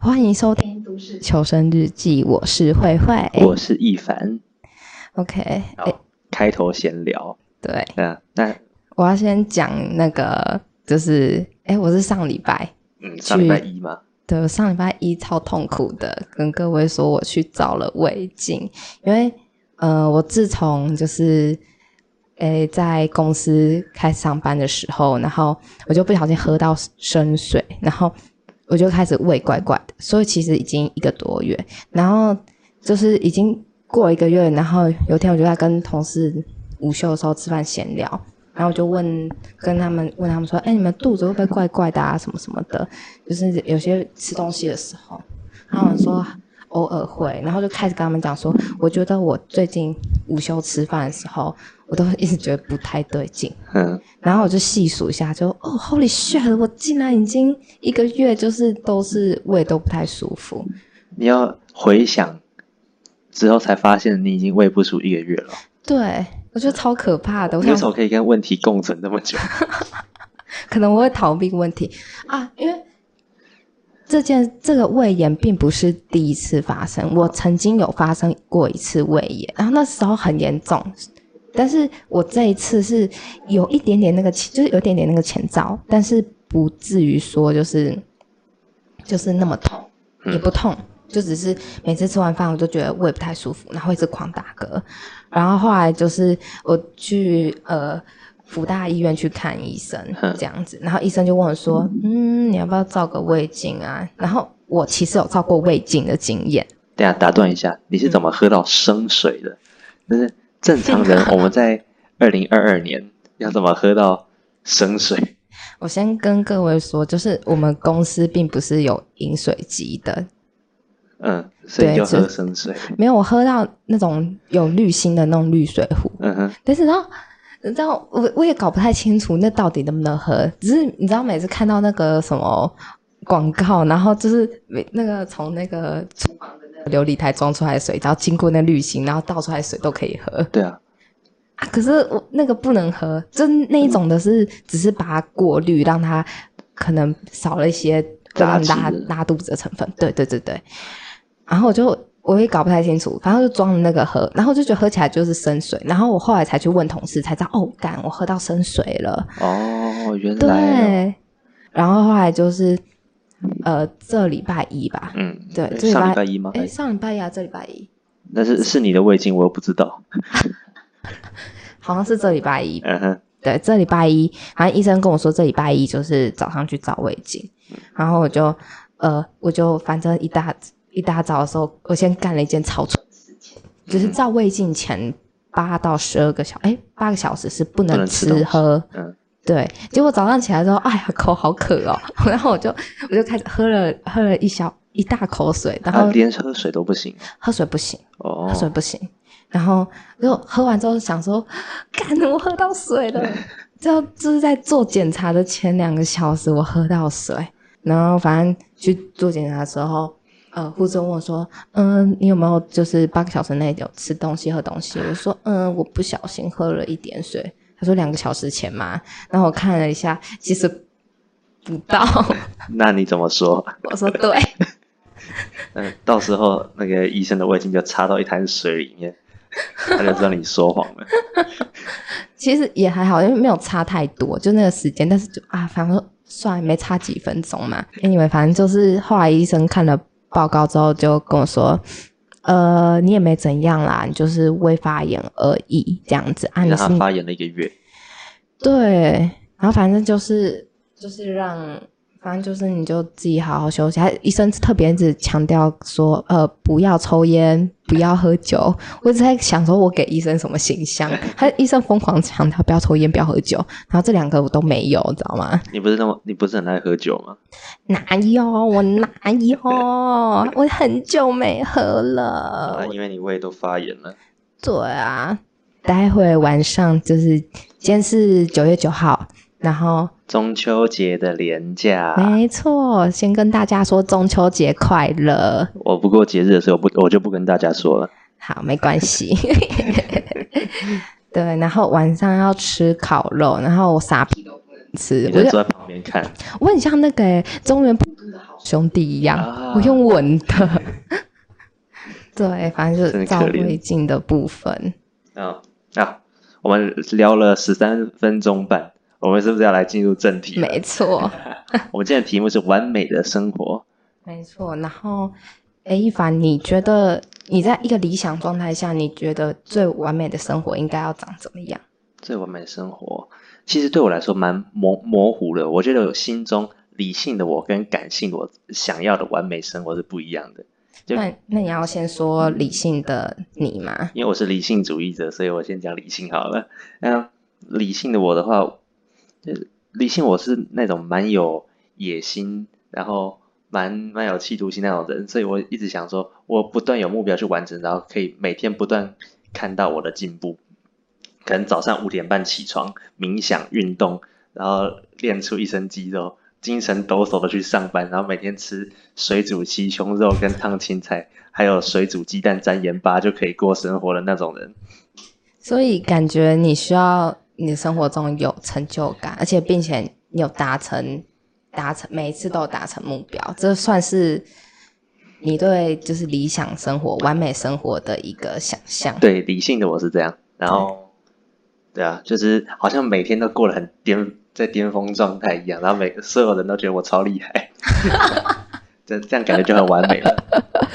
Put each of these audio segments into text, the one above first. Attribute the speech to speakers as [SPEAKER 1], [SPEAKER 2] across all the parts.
[SPEAKER 1] 欢迎收听《都市求生日记》，我是慧慧。
[SPEAKER 2] 我是一凡。
[SPEAKER 1] OK，哎、
[SPEAKER 2] 好，开头闲聊。
[SPEAKER 1] 对，
[SPEAKER 2] 嗯，那
[SPEAKER 1] 我要先讲那个，就是哎、我是上礼拜，
[SPEAKER 2] 嗯，上礼拜一吗？
[SPEAKER 1] 对，我上礼拜一超痛苦的，跟各位说我去找了胃镜，因为呃，我自从就是诶在公司开始上班的时候，然后我就不小心喝到生水，然后我就开始胃怪怪的，所以其实已经一个多月，然后就是已经过了一个月，然后有一天我就在跟同事午休的时候吃饭闲聊。然后我就问跟他们问他们说，哎，你们肚子会不会怪怪的啊，什么什么的？就是有些吃东西的时候，他们说偶尔会，然后就开始跟他们讲说，我觉得我最近午休吃饭的时候，我都一直觉得不太对劲。
[SPEAKER 2] 嗯，
[SPEAKER 1] 然后我就细数一下，就哦，Holy shit！我竟然已经一个月就是都是胃都不太舒服。
[SPEAKER 2] 你要回想之后才发现你已经喂不出一个月了。
[SPEAKER 1] 对，我觉得超可怕的。我
[SPEAKER 2] 你嗯为
[SPEAKER 1] 想
[SPEAKER 2] 什么可以跟问题共存那 么久？
[SPEAKER 1] 可能我会逃避问题啊，因为这件这个胃炎并不是第一次发生，我曾经有发生过一次胃炎，然后那时候很严重，但是我这一次是有一点点那个前，就是有一点点那个前兆，但是不至于说就是就是那么痛，
[SPEAKER 2] 嗯
[SPEAKER 1] 也不痛。就只是每次吃完饭，我就觉得胃不太舒服，然后一直狂打嗝，然后后来就是我去呃福大医院去看医生
[SPEAKER 2] 哼
[SPEAKER 1] 这样子，然后医生就问我说：“嗯，你要不要照个胃镜啊？”然后我其实有照过胃镜的经验，
[SPEAKER 2] 等一下打断一下，你是怎么喝到生水的？
[SPEAKER 1] 嗯
[SPEAKER 2] 就是正 常人，我们在二零二二年要怎么喝到生水？
[SPEAKER 1] 我先跟各位说，就是我们公司并不是有饮水机的，
[SPEAKER 2] 嗯，所以
[SPEAKER 1] 对
[SPEAKER 2] 就
[SPEAKER 1] 这
[SPEAKER 2] 喝生水。
[SPEAKER 1] 没有我喝到那种有滤芯的那种滤水壶，
[SPEAKER 2] 嗯哼，
[SPEAKER 1] 但是然后，你知道我我也搞不太清楚那到底能不能喝，只是你知道每次看到那个什么广告，然后就是每那个从那个厨房的那个琉璃台装出来的水，然后经过那滤芯，然后倒出来的水都可以喝
[SPEAKER 2] 对啊，
[SPEAKER 1] 啊。可是我那个不能喝，就那一种的是只是把它过滤，让它可能少了一些会
[SPEAKER 2] 杂
[SPEAKER 1] 让
[SPEAKER 2] 质
[SPEAKER 1] 拉拉肚子的成分。对对对对，然后我就。我也搞不太清楚，反正就装了那个喝，然后就觉得喝起来就是生水，然后我后来才去问同事，才知道哦，干，我喝到生水了。
[SPEAKER 2] 哦，原来哦，
[SPEAKER 1] 对，然后后来就是，呃，这礼拜一吧，
[SPEAKER 2] 嗯，
[SPEAKER 1] 对
[SPEAKER 2] 诶
[SPEAKER 1] 这礼
[SPEAKER 2] 上
[SPEAKER 1] 拜
[SPEAKER 2] 礼拜一吗？
[SPEAKER 1] 哎、上礼拜一啊，这礼拜一，
[SPEAKER 2] 那是是你的胃镜，我又不知道。
[SPEAKER 1] 好像是这礼拜一，
[SPEAKER 2] 嗯哼，
[SPEAKER 1] 对，这礼拜一，反正医生跟我说这礼拜一就是早上去找胃镜，然后我就，呃，我就反正一大一大早的时候，我先干了一件超蠢的事情，就是照胃镜前八到十二个小，哎，八个小时是不
[SPEAKER 2] 不
[SPEAKER 1] 能
[SPEAKER 2] 能吃东
[SPEAKER 1] 吃
[SPEAKER 2] 西
[SPEAKER 1] 喝，
[SPEAKER 2] 嗯，
[SPEAKER 1] 对，结果早上起来之后，哎呀，口好渴哦， 然后我就我就开始喝了喝了一小一大口水，然
[SPEAKER 2] 啊，
[SPEAKER 1] 后
[SPEAKER 2] 连喝水都不行
[SPEAKER 1] 喝水不行，
[SPEAKER 2] 哦
[SPEAKER 1] 喝。水不行，然后就喝完之后想说， 干，我喝到水了，就就是在做检查的前两个小时我喝到水，然后反正去做检查的时候。呃，护士问我说：“嗯，你有没有就是八个小时内有吃东西、喝东西？”我说：“嗯，我不小心喝了一点水。”他说：“两个小时前嘛。”然后我看了一下，其实不到。
[SPEAKER 2] 那你怎么说？
[SPEAKER 1] 我说：“对。”
[SPEAKER 2] 嗯，到时候那个医生的胃镜就插到一滩水里 面，他就知道你说谎了。
[SPEAKER 1] 其实也还好，因为没有差太多，就那个时间。但是就啊，反正算了没差几分钟嘛。Anyway，反正就是后来医生看了报告之后，就跟我说，呃，你也没怎样啦，你就是胃发炎而已，这样子啊。你
[SPEAKER 2] 你让他
[SPEAKER 1] 是
[SPEAKER 2] 发炎了一个月，
[SPEAKER 1] 对，然后反正就是就是让，反正就是你就自己好好休息。还医生特别一直强调说，呃，不要抽烟，不要喝酒。我一直在想说，我给医生什么形象？他医生疯狂强调不要抽烟，不要喝酒，然后这两个我都没有，知道吗？
[SPEAKER 2] 你不是那么你不是很爱喝酒吗？
[SPEAKER 1] 哪有我哪有，我很久没喝
[SPEAKER 2] 啊
[SPEAKER 1] 了，。
[SPEAKER 2] 因为你胃都发炎了。
[SPEAKER 1] 对啊，待会晚上就是今天是九月九号，然后。
[SPEAKER 2] 中秋节的连假，
[SPEAKER 1] 没错，先跟大家说中秋节快 乐。
[SPEAKER 2] 我不过节日的时候不我就不跟大家说了。
[SPEAKER 1] 好，没关系。 对，然后晚上要吃烤肉，然后我傻逼都不能吃
[SPEAKER 2] 你。
[SPEAKER 1] 我
[SPEAKER 2] 就
[SPEAKER 1] 就
[SPEAKER 2] 坐在旁边看，
[SPEAKER 1] 我很像那个欸中原普渡的好兄弟一样，
[SPEAKER 2] 啊
[SPEAKER 1] 我用闻的。 对，反正就是
[SPEAKER 2] 真
[SPEAKER 1] 照
[SPEAKER 2] 可怜
[SPEAKER 1] 胃镜的部分。
[SPEAKER 2] 嗯啊，我们聊了十三分钟半，我们是不是要来进入正题了？
[SPEAKER 1] 没错，
[SPEAKER 2] 我们今天的题目是完美的生活。
[SPEAKER 1] 没错。然后，哎，一凡，你觉得你在一个理想状态下，你觉得最完美的生活应该要长怎么样？
[SPEAKER 2] 最完美的生活，其实对我来说蛮模模糊的。我觉得我心中理性的我跟感性的我想要的完美生活是不一样的，就
[SPEAKER 1] 那那你要先说理性的你吗？
[SPEAKER 2] 因为我是理性主义者，所以我先讲理性好了。那理性的我的话，就是理性我是那种蛮有野心，然后蛮蛮有企图心那种人，所以我一直想说，我不断有目标去完成，然后可以每天不断看到我的进步。可能早上五点半起床，冥想、运动，然后练出一身肌肉，精神抖擞的去上班，然后每天吃水煮鸡胸肉跟烫青菜，还有水煮鸡蛋沾盐巴就可以过生活的那种人。
[SPEAKER 1] 所以感觉你需要你的生活中有成就感，而且并且你有达成达成每一次都有达成目标，这算是你对就是理想生活、完美生活的一个想象。
[SPEAKER 2] 对，理性的我是这样，然后，对啊，就是好像每天都过得很巅在巅峰状态一样，然后每个所有人都觉得我超厉害，这这样感觉就很完美了。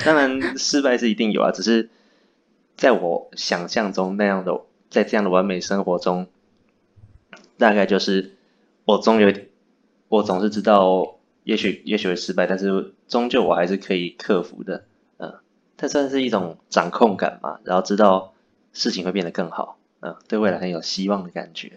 [SPEAKER 2] 当然，失败是一定有啊，只是在我想象中那样的，在这样的完美生活中，大概就是我总有，我总是知道，也许也许会失败，但是终究我还是可以克服的。它算是一种掌控感嘛，然后知道事情会变得更好，嗯，对未来很有希望的感觉，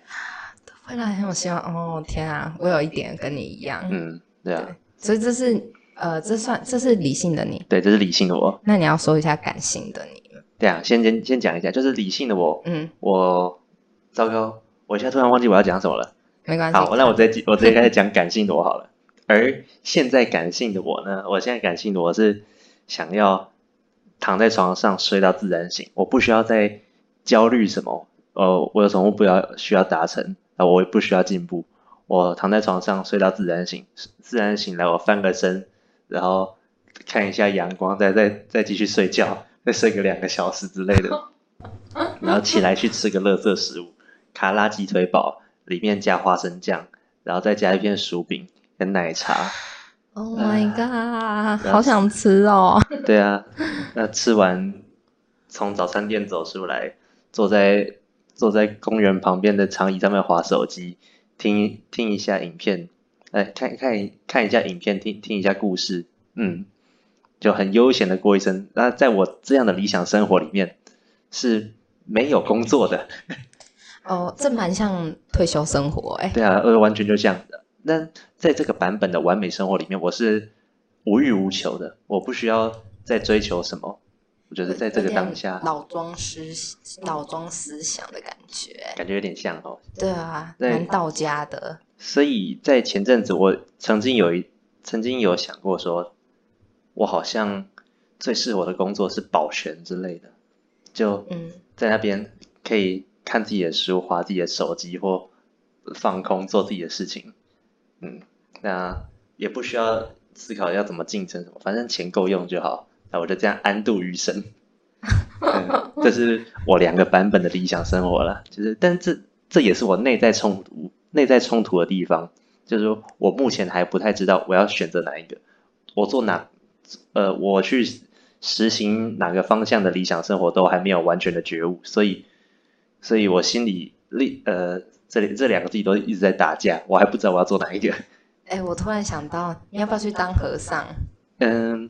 [SPEAKER 1] 未来很有希望哦！天啊，我有一点跟你一样，
[SPEAKER 2] 嗯，对啊，
[SPEAKER 1] 所以这是呃，这算这是理性的你。
[SPEAKER 2] 对，这是理性的我，
[SPEAKER 1] 那你要说一下感性的你，
[SPEAKER 2] 对啊，先先先讲一下，就是理性的我，
[SPEAKER 1] 嗯，
[SPEAKER 2] 我糟糕，我现在突然忘记我要讲什么了，
[SPEAKER 1] 没关系。
[SPEAKER 2] 好，那我直接我直接开始讲感性的我好了，而现在感性的我呢，我现在感性的我是想要躺在床上睡到自然醒，我不需要再焦虑什么，呃，我有什么目标需要达成，啊，我也不需要进步，我躺在床上睡到自然醒，自然醒来我翻个身，然后看一下阳光，再再再继续睡觉，再睡个两个小时之类 的，然后起来去吃个垃圾食物，卡拉鸡腿堡里面加花生酱，然后再加一片薯饼跟奶茶。
[SPEAKER 1] Oh my god，
[SPEAKER 2] 那
[SPEAKER 1] 好想吃哦！
[SPEAKER 2] 对啊，那吃完从早餐店走出来，坐在坐在公园旁边的长椅上面划手机，听听一下影片，哎，看看看一下影片，听听一下故事，嗯，就很悠闲的过一生。那在我这样的理想生活里面，是没有工作的。
[SPEAKER 1] 哦，这蛮像退休生活哎、
[SPEAKER 2] 对啊，呃，完全就这样的。那在这个版本的完美生活里面，我是无欲无求的，我不需要再追求什么。我觉得在这个当下，
[SPEAKER 1] 老庄思老庄思想的感觉。
[SPEAKER 2] 感觉有点像哦。
[SPEAKER 1] 对啊，
[SPEAKER 2] 对
[SPEAKER 1] 蛮道家的。
[SPEAKER 2] 所以在前阵子，我曾经有一曾经有想过说，我好像最适合我的工作是保全之类的，就
[SPEAKER 1] 嗯，
[SPEAKER 2] 在那边可以看自己的书、划自己的手机或放空做自己的事情。嗯，那也不需要思考要怎么竞争什么，反正钱够用就好。那我就这样安度余生。嗯这是我两个版本的理想生活了，就是，但这这也是我内在冲突、内在冲突的地方，就是说我目前还不太知道我要选择哪一个，我做哪，呃，我去实行哪个方向的理想生活都还没有完全的觉悟，所以，所以我心里力呃，这里这两个自己都一直在打架，我还不知道我要做哪一个，
[SPEAKER 1] 哎、我突然想到，你要不要去当和尚？
[SPEAKER 2] 嗯，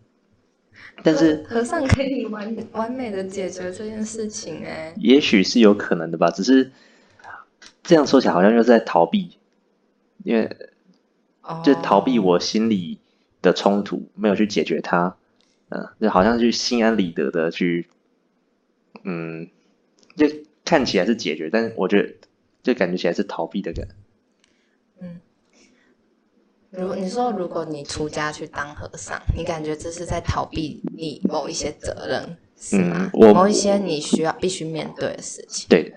[SPEAKER 2] 但是
[SPEAKER 1] 和尚可以完完美的解决这件事情哎、
[SPEAKER 2] 也许是有可能的吧，只是这样说起来好像又是在逃避，因为
[SPEAKER 1] 哦，
[SPEAKER 2] 就逃避我心里的冲突，没有去解决它，嗯、就好像去心安理得的去，嗯，就看起来是解决，但是我觉得就感觉起来是逃避的感，
[SPEAKER 1] 如果你说，如果你出家去当和尚，你感觉这是在逃避你某一些责任，是吗？
[SPEAKER 2] 嗯我
[SPEAKER 1] 某一些你需要必须面对的事情。
[SPEAKER 2] 对，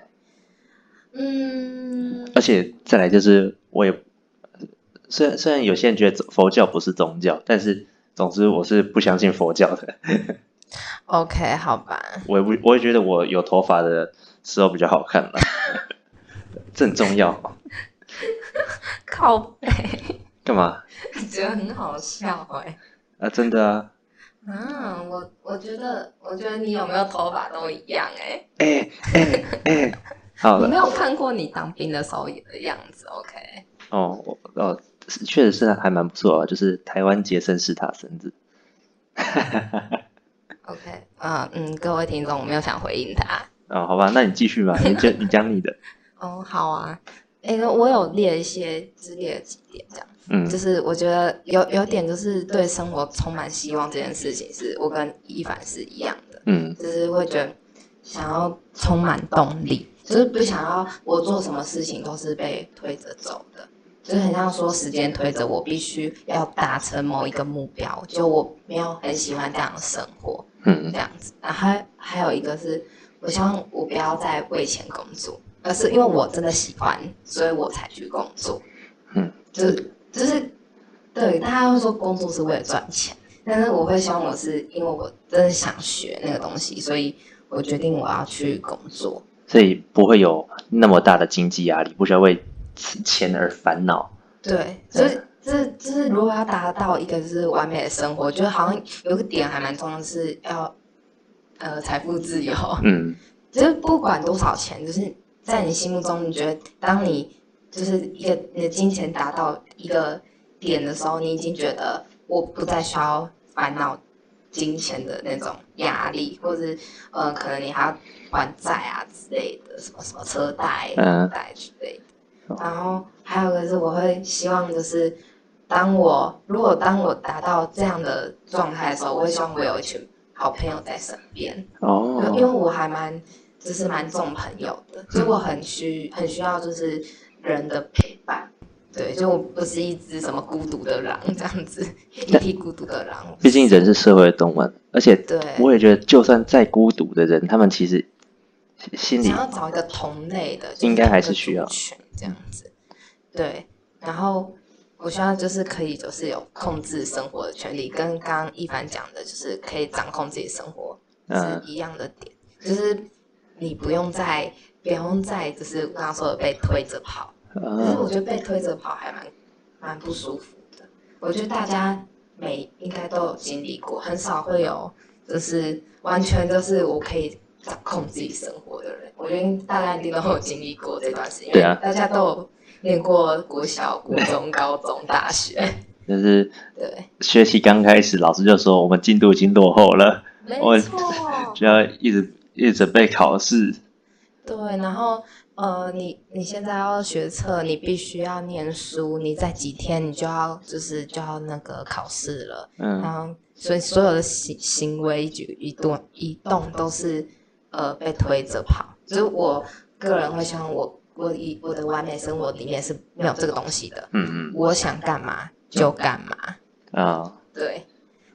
[SPEAKER 1] 嗯，
[SPEAKER 2] 而且再来就是我也，虽然虽然有些人觉得佛教不是宗教，但是总之，我是不相信佛教的。
[SPEAKER 1] OK，好吧，
[SPEAKER 2] 我也不，我也觉得我有头发的时候比较好看了， 这很重要嘛。
[SPEAKER 1] 靠背，
[SPEAKER 2] 干嘛
[SPEAKER 1] 觉得很好笑哎、
[SPEAKER 2] 啊？真的啊？
[SPEAKER 1] 啊，我我觉得，我觉得你有没有头发都一样哎、
[SPEAKER 2] 哎哎哎，好
[SPEAKER 1] 我
[SPEAKER 2] 了
[SPEAKER 1] 没有看过你当兵的时候的样子。OK，
[SPEAKER 2] 哦，我哦，是确实是还蛮不错啊，就是台湾杰森·史塔森子。
[SPEAKER 1] OK，啊、嗯，各位听众，我没有想回应他。
[SPEAKER 2] 哦，好吧，那你继续吧，你讲你讲你的，
[SPEAKER 1] 哦，好啊，哎、我有列一些，只列了几点这样。
[SPEAKER 2] 嗯
[SPEAKER 1] 就是我觉得有有点就是对生活充满希望这件事情，是我跟一凡是一样的，
[SPEAKER 2] 嗯
[SPEAKER 1] 就是会觉得想要充满动力，就是不想要我做什么事情都是被推着走的，就是很像说时间推着我，必须要达成某一个目标，就我没有很喜欢这样的生活
[SPEAKER 2] 嗯
[SPEAKER 1] 这样子。然后还还有一个是，我希望我不要再为钱工作，而是因为我真的喜欢，所以我才去工作。
[SPEAKER 2] 嗯，
[SPEAKER 1] 就是就是，对，大家会说工作是为了赚钱，但是我会希望我是因为我真的想学那个东西，所以我决定我要去工作。
[SPEAKER 2] 所以不会有那么大的经济压力，不需要为钱而烦恼。
[SPEAKER 1] 对，
[SPEAKER 2] 对
[SPEAKER 1] 就是这就是如果要达到一个就是完美的生活，就好像有个点还蛮重要的是要呃财富自由，
[SPEAKER 2] 嗯
[SPEAKER 1] 就是不管多少钱，就是在你心目中，你觉得当你就是一个你的金钱达到一个点的时候，你已经觉得我不再需要烦恼金钱的那种压力，或者呃，可能你还要还债啊之类的，什么什么车贷、
[SPEAKER 2] 嗯
[SPEAKER 1] 贷之类的
[SPEAKER 2] 哦。
[SPEAKER 1] 然后还有一个是，我会希望就是。当我如果当我达到这样的状态的时候，我会希望我有一群好朋友在身边，对因为
[SPEAKER 2] 哦，
[SPEAKER 1] 我还蛮就是蛮重朋友的，所以我很需很需要就是人的陪伴。对，就我不是一只什么孤独的狼这样子，一匹孤独的狼。
[SPEAKER 2] 毕竟人是社会的动物，啊而且
[SPEAKER 1] 对，
[SPEAKER 2] 我也觉得，就算再孤独的人，他们其实心里
[SPEAKER 1] 想要找一个同类的，
[SPEAKER 2] 应该还是需要
[SPEAKER 1] 就是同一个族群这样子。对，然后我希望就是可以就是有控制生活的权利，跟刚刚一凡讲的，就是可以掌控自己生活是
[SPEAKER 2] 嗯
[SPEAKER 1] 一样的点，就是你不用再不用再就是我刚刚说的被推着跑。可是
[SPEAKER 2] 啊
[SPEAKER 1] 我觉得被推着跑还蛮蛮不舒服的。我觉得大家每应该都有经历过，很少会有就是完全就是我可以掌控自己生活的人。我觉得大家一定都有经历过这段时间，因为
[SPEAKER 2] 对啊
[SPEAKER 1] 大家都有念过国小、国中、高中、大学，
[SPEAKER 2] 就是
[SPEAKER 1] 对，
[SPEAKER 2] 学期刚开始，老师就说我们进度已经落后了，我
[SPEAKER 1] 没错，
[SPEAKER 2] 就要一直一直准备考试。
[SPEAKER 1] 对。然后呃，你你现在要学测，你必须要念书，你在几天你就要就是就要那个考试了。然
[SPEAKER 2] 嗯
[SPEAKER 1] 后所以所有的行行为举一动一动都是呃被推着跑。就是我个人会希望我我以我的完美生活里面是没有这个东西的，
[SPEAKER 2] 嗯
[SPEAKER 1] 我想干嘛就干嘛。
[SPEAKER 2] 嗯啊
[SPEAKER 1] 对，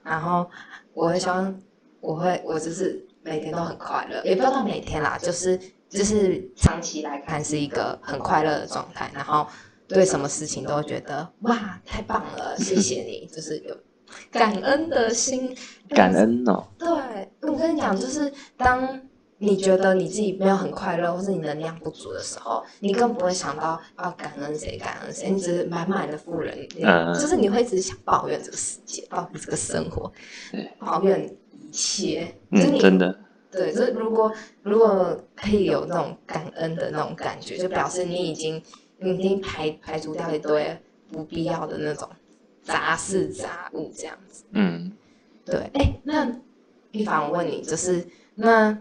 [SPEAKER 1] 然后我会希望我会我就是每天都很快乐，也不要到每天啦，就是就是长期来看是一个很快乐的状态，然后对什么事情都会觉得哇太棒了，谢谢你，就是有感恩的心，
[SPEAKER 2] 感。恩哦，
[SPEAKER 1] 对，我跟你讲，就是当你觉得你自己没有很快乐，或是你能量不足的时候，你更不会想到要感恩谁、感恩谁，你只是满满的富人，你
[SPEAKER 2] 嗯
[SPEAKER 1] 就是你会一直想抱怨这个世界，抱怨这个生活
[SPEAKER 2] 对，
[SPEAKER 1] 抱怨一切。就是
[SPEAKER 2] 嗯，
[SPEAKER 1] 你
[SPEAKER 2] 真的，
[SPEAKER 1] 对，就是如果如果可以有那种感恩的那种感觉，就表示你已经你已经排排除掉一堆不必要的那种杂事杂物这样子。
[SPEAKER 2] 嗯，
[SPEAKER 1] 对，哎，那一凡，我问你，就是那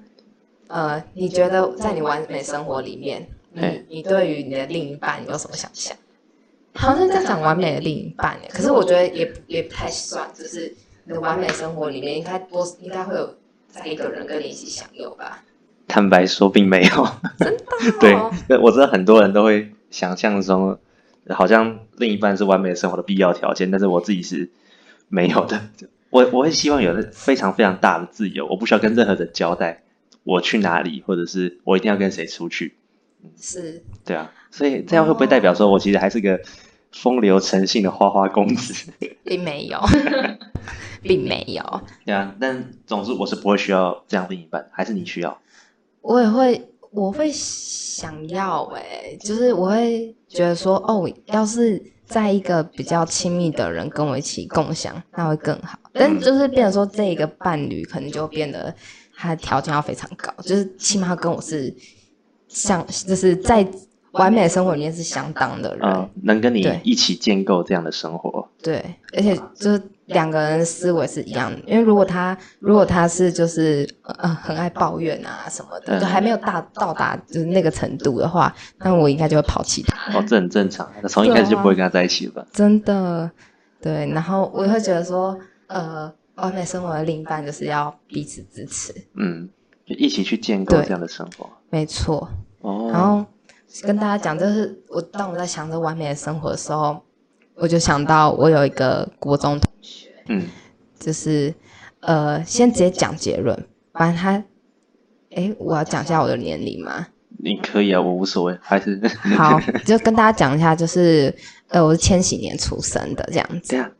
[SPEAKER 1] 呃，你觉得在你完美生活里面，你
[SPEAKER 2] 嘿
[SPEAKER 1] 你对于你的另一半有什么想象？好像在讲完美的另一半耶，可是我觉得也也不太算，就是你的完美生活里面应该多应该会有在一个人跟你一起享有吧？
[SPEAKER 2] 坦白说并没有。对
[SPEAKER 1] 哦，
[SPEAKER 2] 我知道很多人都会想象中，好像另一半是完美生活的必要条件，但是我自己是没有的。我我会希望有那非常非常大的自由，我不需要跟任何人交代我去哪里，或者是我一定要跟谁出去，
[SPEAKER 1] 是
[SPEAKER 2] 对啊。所以这样会不会代表说我其实还是个风流成性的花花公子。
[SPEAKER 1] 并没 有，并没有。
[SPEAKER 2] 对啊，但总之我是不会需要这样另一半，还是你需要？
[SPEAKER 1] 我也会，我会想要哎、就是我会觉得说，哦，要是在一个比较亲密的人跟我一起共享，那会更好。但就是变成说，这一个伴侣可能就变得他的条件要非常高，就是起码要跟我是像，就是在完美的生活里面是相当的人。
[SPEAKER 2] 嗯，能跟你
[SPEAKER 1] 对
[SPEAKER 2] 一起建构这样的生活。
[SPEAKER 1] 对，而且就是两个人的思维是一样的，因为如果他如果他是就是呃很爱抱怨啊什么的，
[SPEAKER 2] 嗯
[SPEAKER 1] 就还没有大到达就是那个程度的话，那我应该就会抛弃他，
[SPEAKER 2] 哦，这很 正常。那从一开始就不会
[SPEAKER 1] 啊
[SPEAKER 2] 跟他在一起了吧？
[SPEAKER 1] 真的。对，然后我也会觉得说，呃，完美生活的另一半就是要彼此支持，
[SPEAKER 2] 嗯，就一起去建构
[SPEAKER 1] 对
[SPEAKER 2] 这样的生活。
[SPEAKER 1] 没错。
[SPEAKER 2] 哦，
[SPEAKER 1] 然后跟大家讲，就是我当我在想这完美的生活的时候，我就想到我有一个国中同学，
[SPEAKER 2] 嗯，
[SPEAKER 1] 就是呃，先直接讲结论，反正他，诶，我要讲一下我的年龄嘛。
[SPEAKER 2] 你可以啊，我无所谓，还是这
[SPEAKER 1] 好，就跟大家讲一下，就是呃，我是千禧年出生的这样子，
[SPEAKER 2] 样，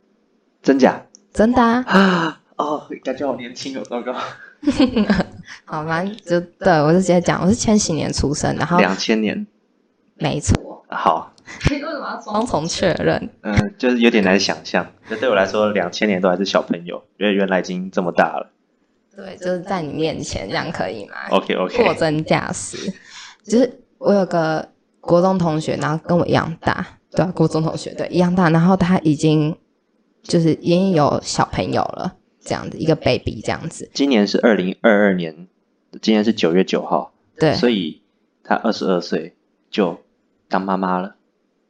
[SPEAKER 2] 真假
[SPEAKER 1] 真的啊。
[SPEAKER 2] 啊？哦，感觉好年轻哦，糟糕，
[SPEAKER 1] 好，反正就对我就直接讲，我是千禧年出生，然后
[SPEAKER 2] 两千年，
[SPEAKER 1] 没错，
[SPEAKER 2] 好，
[SPEAKER 3] 为什么要装
[SPEAKER 1] 双重确认，
[SPEAKER 2] 嗯、就是有点难想象。那对我来说，两千年都还是小朋友，因为原来已经这么大了。
[SPEAKER 1] 对，就是在你面前，这样可以吗？
[SPEAKER 2] OK
[SPEAKER 1] 货
[SPEAKER 2] OK，
[SPEAKER 1] 真价实。就是我有个国中同学，然后跟我一样大，对、啊，国中同学对一样大，然后他已经就是已经有小朋友了，这样子一个 baby 这样子，
[SPEAKER 2] 今年是二零二二年，今年是九月九号，
[SPEAKER 1] 对，
[SPEAKER 2] 所以他二十二岁就当妈妈了，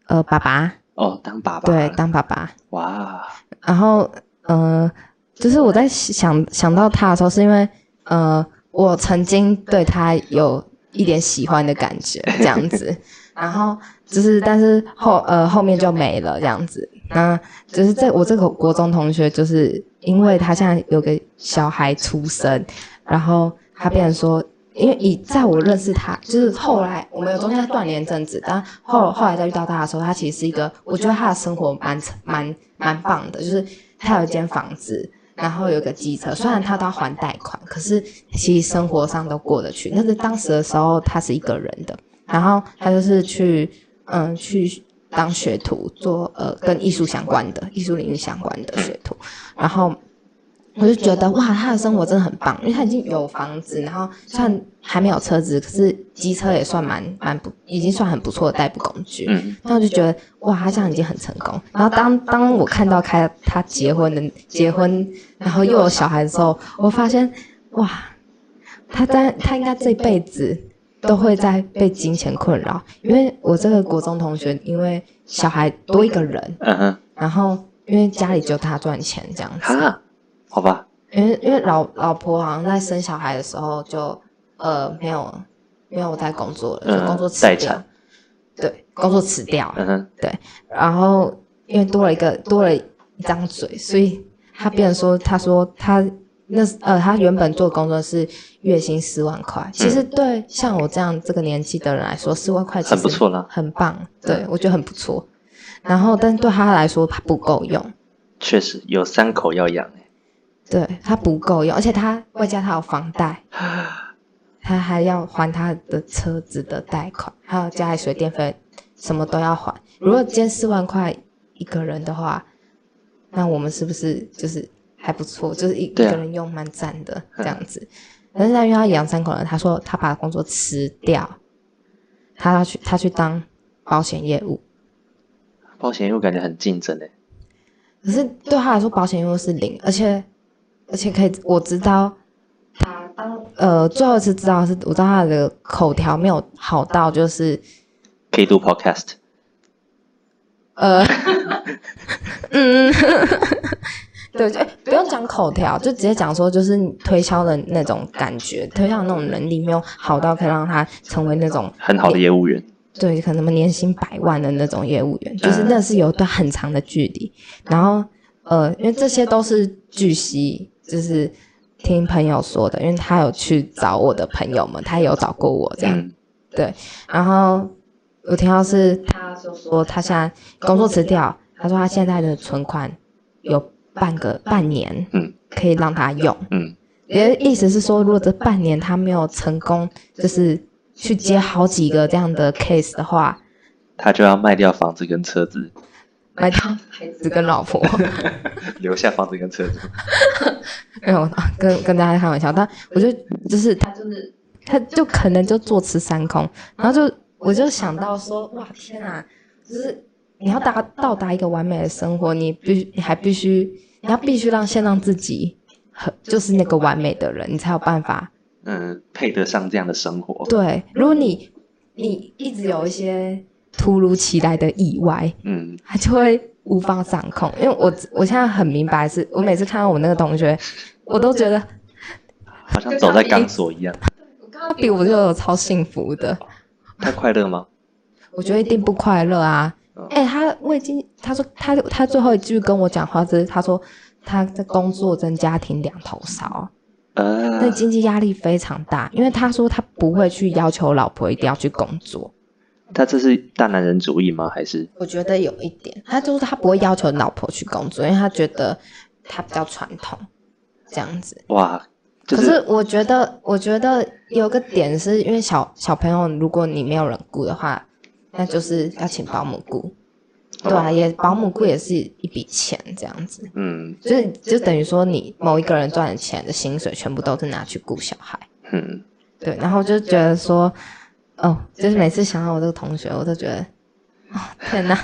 [SPEAKER 1] 呃，爸爸，
[SPEAKER 2] 哦，当爸爸
[SPEAKER 1] 对
[SPEAKER 2] 了，，
[SPEAKER 1] 当爸爸，
[SPEAKER 2] 哇，
[SPEAKER 1] 然后呃，就是我在想想到他的时候，是因为呃，我曾经对他有一点喜欢的感觉这样子，然后就是但是后呃后面就没了这样子。那就是在我这个国中同学，就是因为他现在有个小孩出生，然后他变成说。因为以在我认识他，就是后来我们有中间断联一阵子，但后后来再遇到他的时候，他其实是一个，我觉得他的生活蛮蛮蛮棒的，就是他有一间房子，然后有一个机车，虽然他都要还贷款，可是其实生活上都过得去。但是当时的时候，他是一个人的，然后他就是去嗯去当学徒，做呃跟艺术相关的、艺术领域相关的学徒，然后。我就觉得哇，他的生活真的很棒，因为他已经有房子，然后虽然还没有车子，可是机车也算蛮蛮不，已经算很不错的代步工具。
[SPEAKER 2] 嗯，
[SPEAKER 1] 那我就觉得哇，他这样已经很成功。然后当当我看到开他结婚的结婚，然后又有小孩的时候，我发现哇，他在他应该这辈子都会在被金钱困扰，因为我这个国中同学，因为小孩多一个人，
[SPEAKER 2] 嗯哼，
[SPEAKER 1] 然后因为家里只有他赚钱这样子，
[SPEAKER 2] 哈，好吧，
[SPEAKER 1] 因为因为老老婆好像在生小孩的时候就呃没有没有在工作了，就工作
[SPEAKER 2] 嗯
[SPEAKER 1] 辞
[SPEAKER 2] 待
[SPEAKER 1] 掉
[SPEAKER 2] 产，
[SPEAKER 1] 对，工作辞掉，
[SPEAKER 2] 嗯哼，
[SPEAKER 1] 然后因为多了一个多了一张嘴，所以他变成说，他说他那呃，他原本做工作是月薪四万块，其实对像我这样这个年纪的人来说，四万块其实
[SPEAKER 2] 很不错啦，
[SPEAKER 1] 很棒，对我觉得很不错。然后，但对他来说，他不够用，
[SPEAKER 2] 确实有三口要养，欸
[SPEAKER 1] 对他不够用，而且他外加他有房贷，他还要还他的车子的贷款，还有家里水电费，什么都要还。如果今天四万块一个人的话，那我们是不是就是还不错？就是一、
[SPEAKER 2] 对啊
[SPEAKER 1] 一个人用蛮赞的这样子。但是他因为他养三口人，他说他把工作辞掉，他要去他去当保险业务。
[SPEAKER 2] 保险业务感觉很竞争欸诶，
[SPEAKER 1] 可是对他来说，保险又是零，而且而且可以，我知道他当呃最后一次知道是，我知道他的口条没有好到，就是
[SPEAKER 2] 可以录 Podcast，
[SPEAKER 1] 呃，嗯，对，就哎不用讲口条，就直接讲说，就是你推销的那种感觉，推销的那种能力没有好到可以让他成为那种
[SPEAKER 2] 很好的业务员，
[SPEAKER 1] 对，可能什么年薪百万的那种业务员，就是那是有一段很长的距离。然后，呃，因为这些都是据悉，就是听朋友说的，因为他有去找我的朋友们，他也有找过我这样。
[SPEAKER 2] 嗯，
[SPEAKER 1] 然后我听到是他就说他现在工作辞掉，他说他现在的存款有半个半年，
[SPEAKER 2] 嗯，
[SPEAKER 1] 可以让他用。
[SPEAKER 2] 嗯，
[SPEAKER 1] 也意思是说，如果这半年他没有成功，就是去接好几个这样的 case 的话，
[SPEAKER 2] 他就要卖掉房子跟车子，
[SPEAKER 1] 买掉孩子跟老婆，
[SPEAKER 2] 留下房子跟车子。
[SPEAKER 1] 没有跟跟大家开玩笑，但我就就是他就是他就可能就坐吃山空，然后就我就想到说，哇天啊，就是你要达到达一个完美的生活，你必你还必须你要必须让先让自己很就是那个完美的人，你才有办法
[SPEAKER 2] 嗯，配得上这样的生活。
[SPEAKER 1] 对，如果你你一直有一些突如其来的意外，
[SPEAKER 2] 嗯，
[SPEAKER 1] 他就会无法掌控。因为我我现在很明白是，我每次看到我那个同学，我都觉得
[SPEAKER 2] 好像走在钢索一样。
[SPEAKER 1] 他比我就有超幸福的，
[SPEAKER 2] 他快乐吗？
[SPEAKER 1] 我觉得一定不快乐啊
[SPEAKER 2] 嗯。
[SPEAKER 1] 哎、他我已经他说他他最后一句跟我讲话是他说他在工作跟家庭两头烧，
[SPEAKER 2] 呃
[SPEAKER 1] 那，经济压力非常大，因为他说他不会去要求老婆一定要去工作，
[SPEAKER 2] 他这是大男人主义吗？还是
[SPEAKER 1] 我觉得有一点，他就是他不会要求老婆去工作，因为他觉得他比较传统这样子。
[SPEAKER 2] 哇，就
[SPEAKER 1] 可是我觉得，我觉得有个点是因为小小朋友，如果你没有人雇的话，那就是要请保姆雇，对啊，
[SPEAKER 2] 哦
[SPEAKER 1] 也保姆雇也是一笔钱这样子，
[SPEAKER 2] 嗯
[SPEAKER 1] 就是就等于说你某一个人赚的钱的薪水全部都是拿去雇小孩。
[SPEAKER 2] 嗯，
[SPEAKER 1] 对，啊然后就觉得说，哦，就是每次想到我这个同学，我都觉得，哦，天哪！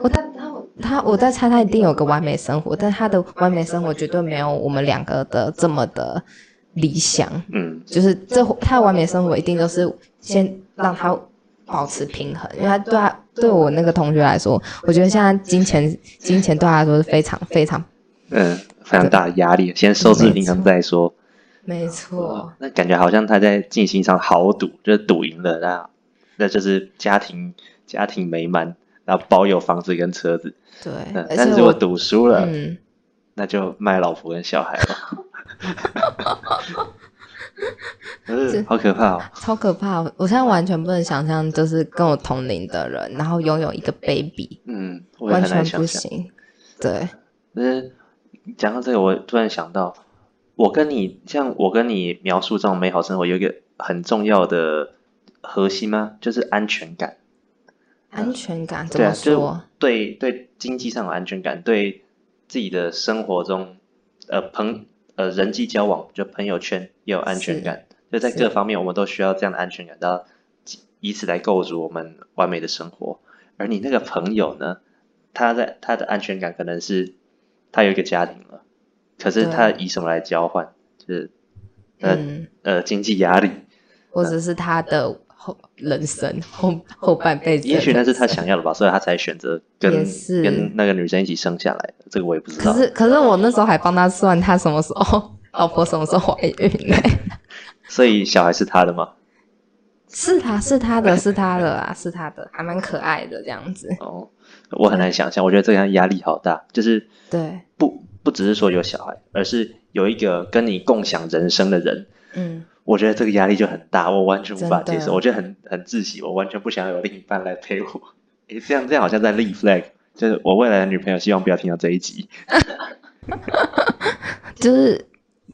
[SPEAKER 1] 我在他，我在猜他一定有个完美生活，但他的完美生活绝对没有我们两个的这么的理想。
[SPEAKER 2] 嗯
[SPEAKER 1] 就是这他的完美生活一定都是先让他保持平衡，因为他对他对我那个同学来说，我觉得现在金钱金钱对他来说是非常非常
[SPEAKER 2] 嗯，非常大的压力，先收支平衡再说。哦
[SPEAKER 1] 没错。
[SPEAKER 2] 哇那感觉好像他在进行一场豪赌，就是赌赢了，那那就是家庭家庭美满，然后保有房子跟车子。
[SPEAKER 1] 对
[SPEAKER 2] 嗯，，
[SPEAKER 1] 哎而
[SPEAKER 2] 但
[SPEAKER 1] 且
[SPEAKER 2] 是如
[SPEAKER 1] 我
[SPEAKER 2] 果赌输了，
[SPEAKER 1] 嗯，
[SPEAKER 2] 那就卖老婆跟小孩 吧。 嗯，好可怕哦！
[SPEAKER 1] 超可怕！我我现在完全不能想象，就是跟我同龄的人，然后拥有一个 baby，
[SPEAKER 2] 嗯，我也
[SPEAKER 1] 完
[SPEAKER 2] 很
[SPEAKER 1] 全
[SPEAKER 2] 难想
[SPEAKER 1] 不
[SPEAKER 2] 象。
[SPEAKER 1] 行。对，
[SPEAKER 2] 但是讲到这个，我突然想到，我跟你像我跟你描述这种美好生活，有一个很重要的核心吗？就是安全感。
[SPEAKER 1] 安全感怎
[SPEAKER 2] 对啊，
[SPEAKER 1] 么
[SPEAKER 2] 就
[SPEAKER 1] 说？
[SPEAKER 2] 对对经济上有安全感，对自己的生活中，呃朋呃人际交往就朋友圈也有安全感，就在
[SPEAKER 1] 是
[SPEAKER 2] 各方面我们都需要这样的安全感，然后以此来构筑我们完美的生活。而你那个朋友呢，他在他的安全感可能是他有一个家庭了，可是他以什么来交换？就是呃、
[SPEAKER 1] 嗯，
[SPEAKER 2] 呃经济压力，
[SPEAKER 1] 或者是他的后人生后后半辈子的人生，
[SPEAKER 2] 也许那是他想要的吧，所以他才选择跟
[SPEAKER 1] 也是
[SPEAKER 2] 跟那个女生一起生下来的。这个我也不知
[SPEAKER 1] 可
[SPEAKER 2] 道。
[SPEAKER 1] 是可是我那时候还帮他算他什么时候 老婆什么时候怀孕呢、
[SPEAKER 2] 所以小孩是他的吗？
[SPEAKER 1] 是他是他的，是他的啊，是他的，还蛮可爱的这样子。
[SPEAKER 2] 哦，我很难想象，我觉得这个压力好大，就是
[SPEAKER 1] 对，
[SPEAKER 2] 不不只是说有小孩，而是有一个跟你共享人生的人，
[SPEAKER 1] 嗯，
[SPEAKER 2] 我觉得这个压力就很大，我完全无法
[SPEAKER 1] 真
[SPEAKER 2] 接
[SPEAKER 1] 的
[SPEAKER 2] 受，我觉得很很窒息，我完全不想有另一半来陪我。诶，这样这样好像在立 flag，就是我未来的女朋友希望不要听到这一集。
[SPEAKER 1] 就是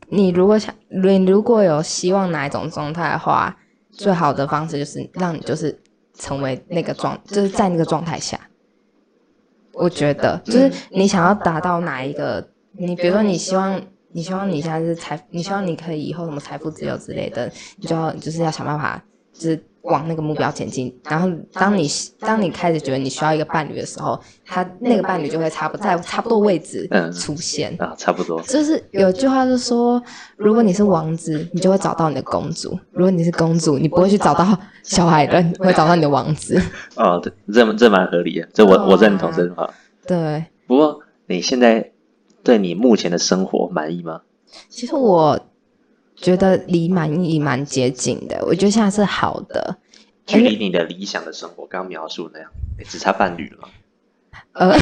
[SPEAKER 1] 你如果想，你如果有希望哪一种状态的话，最好的方式就是让你就是成为那个状，就是在那个状态下。我觉得，就是你想要达到哪一个，你比如说你希望，你希望你现在是财，你希望你可以以后什么财富自由之类的，你就要就是要想办法，就是往那个目标前进。然后当你当你开始觉得你需要一个伴侣的时候，他那个伴侣就会差不在差不多位置
[SPEAKER 2] 嗯
[SPEAKER 1] 出现。
[SPEAKER 2] 啊，差不多。
[SPEAKER 1] 就是有句话是说，如果你是王子，你就会找到你的公主；如果你是公主，你不会去找到小矮人，你会找到你的王子。
[SPEAKER 2] 哦，这这这蛮合理的，这
[SPEAKER 1] 啊
[SPEAKER 2] 我我认同这句啊话。
[SPEAKER 1] 对，
[SPEAKER 2] 不过你现在对你目前的生活满意吗？
[SPEAKER 1] 其实我觉得离满意蛮接近的，我觉得现在是好的。
[SPEAKER 2] 距离你的理想的生活刚描述那样，诶只差伴侣了吗？
[SPEAKER 1] 呃，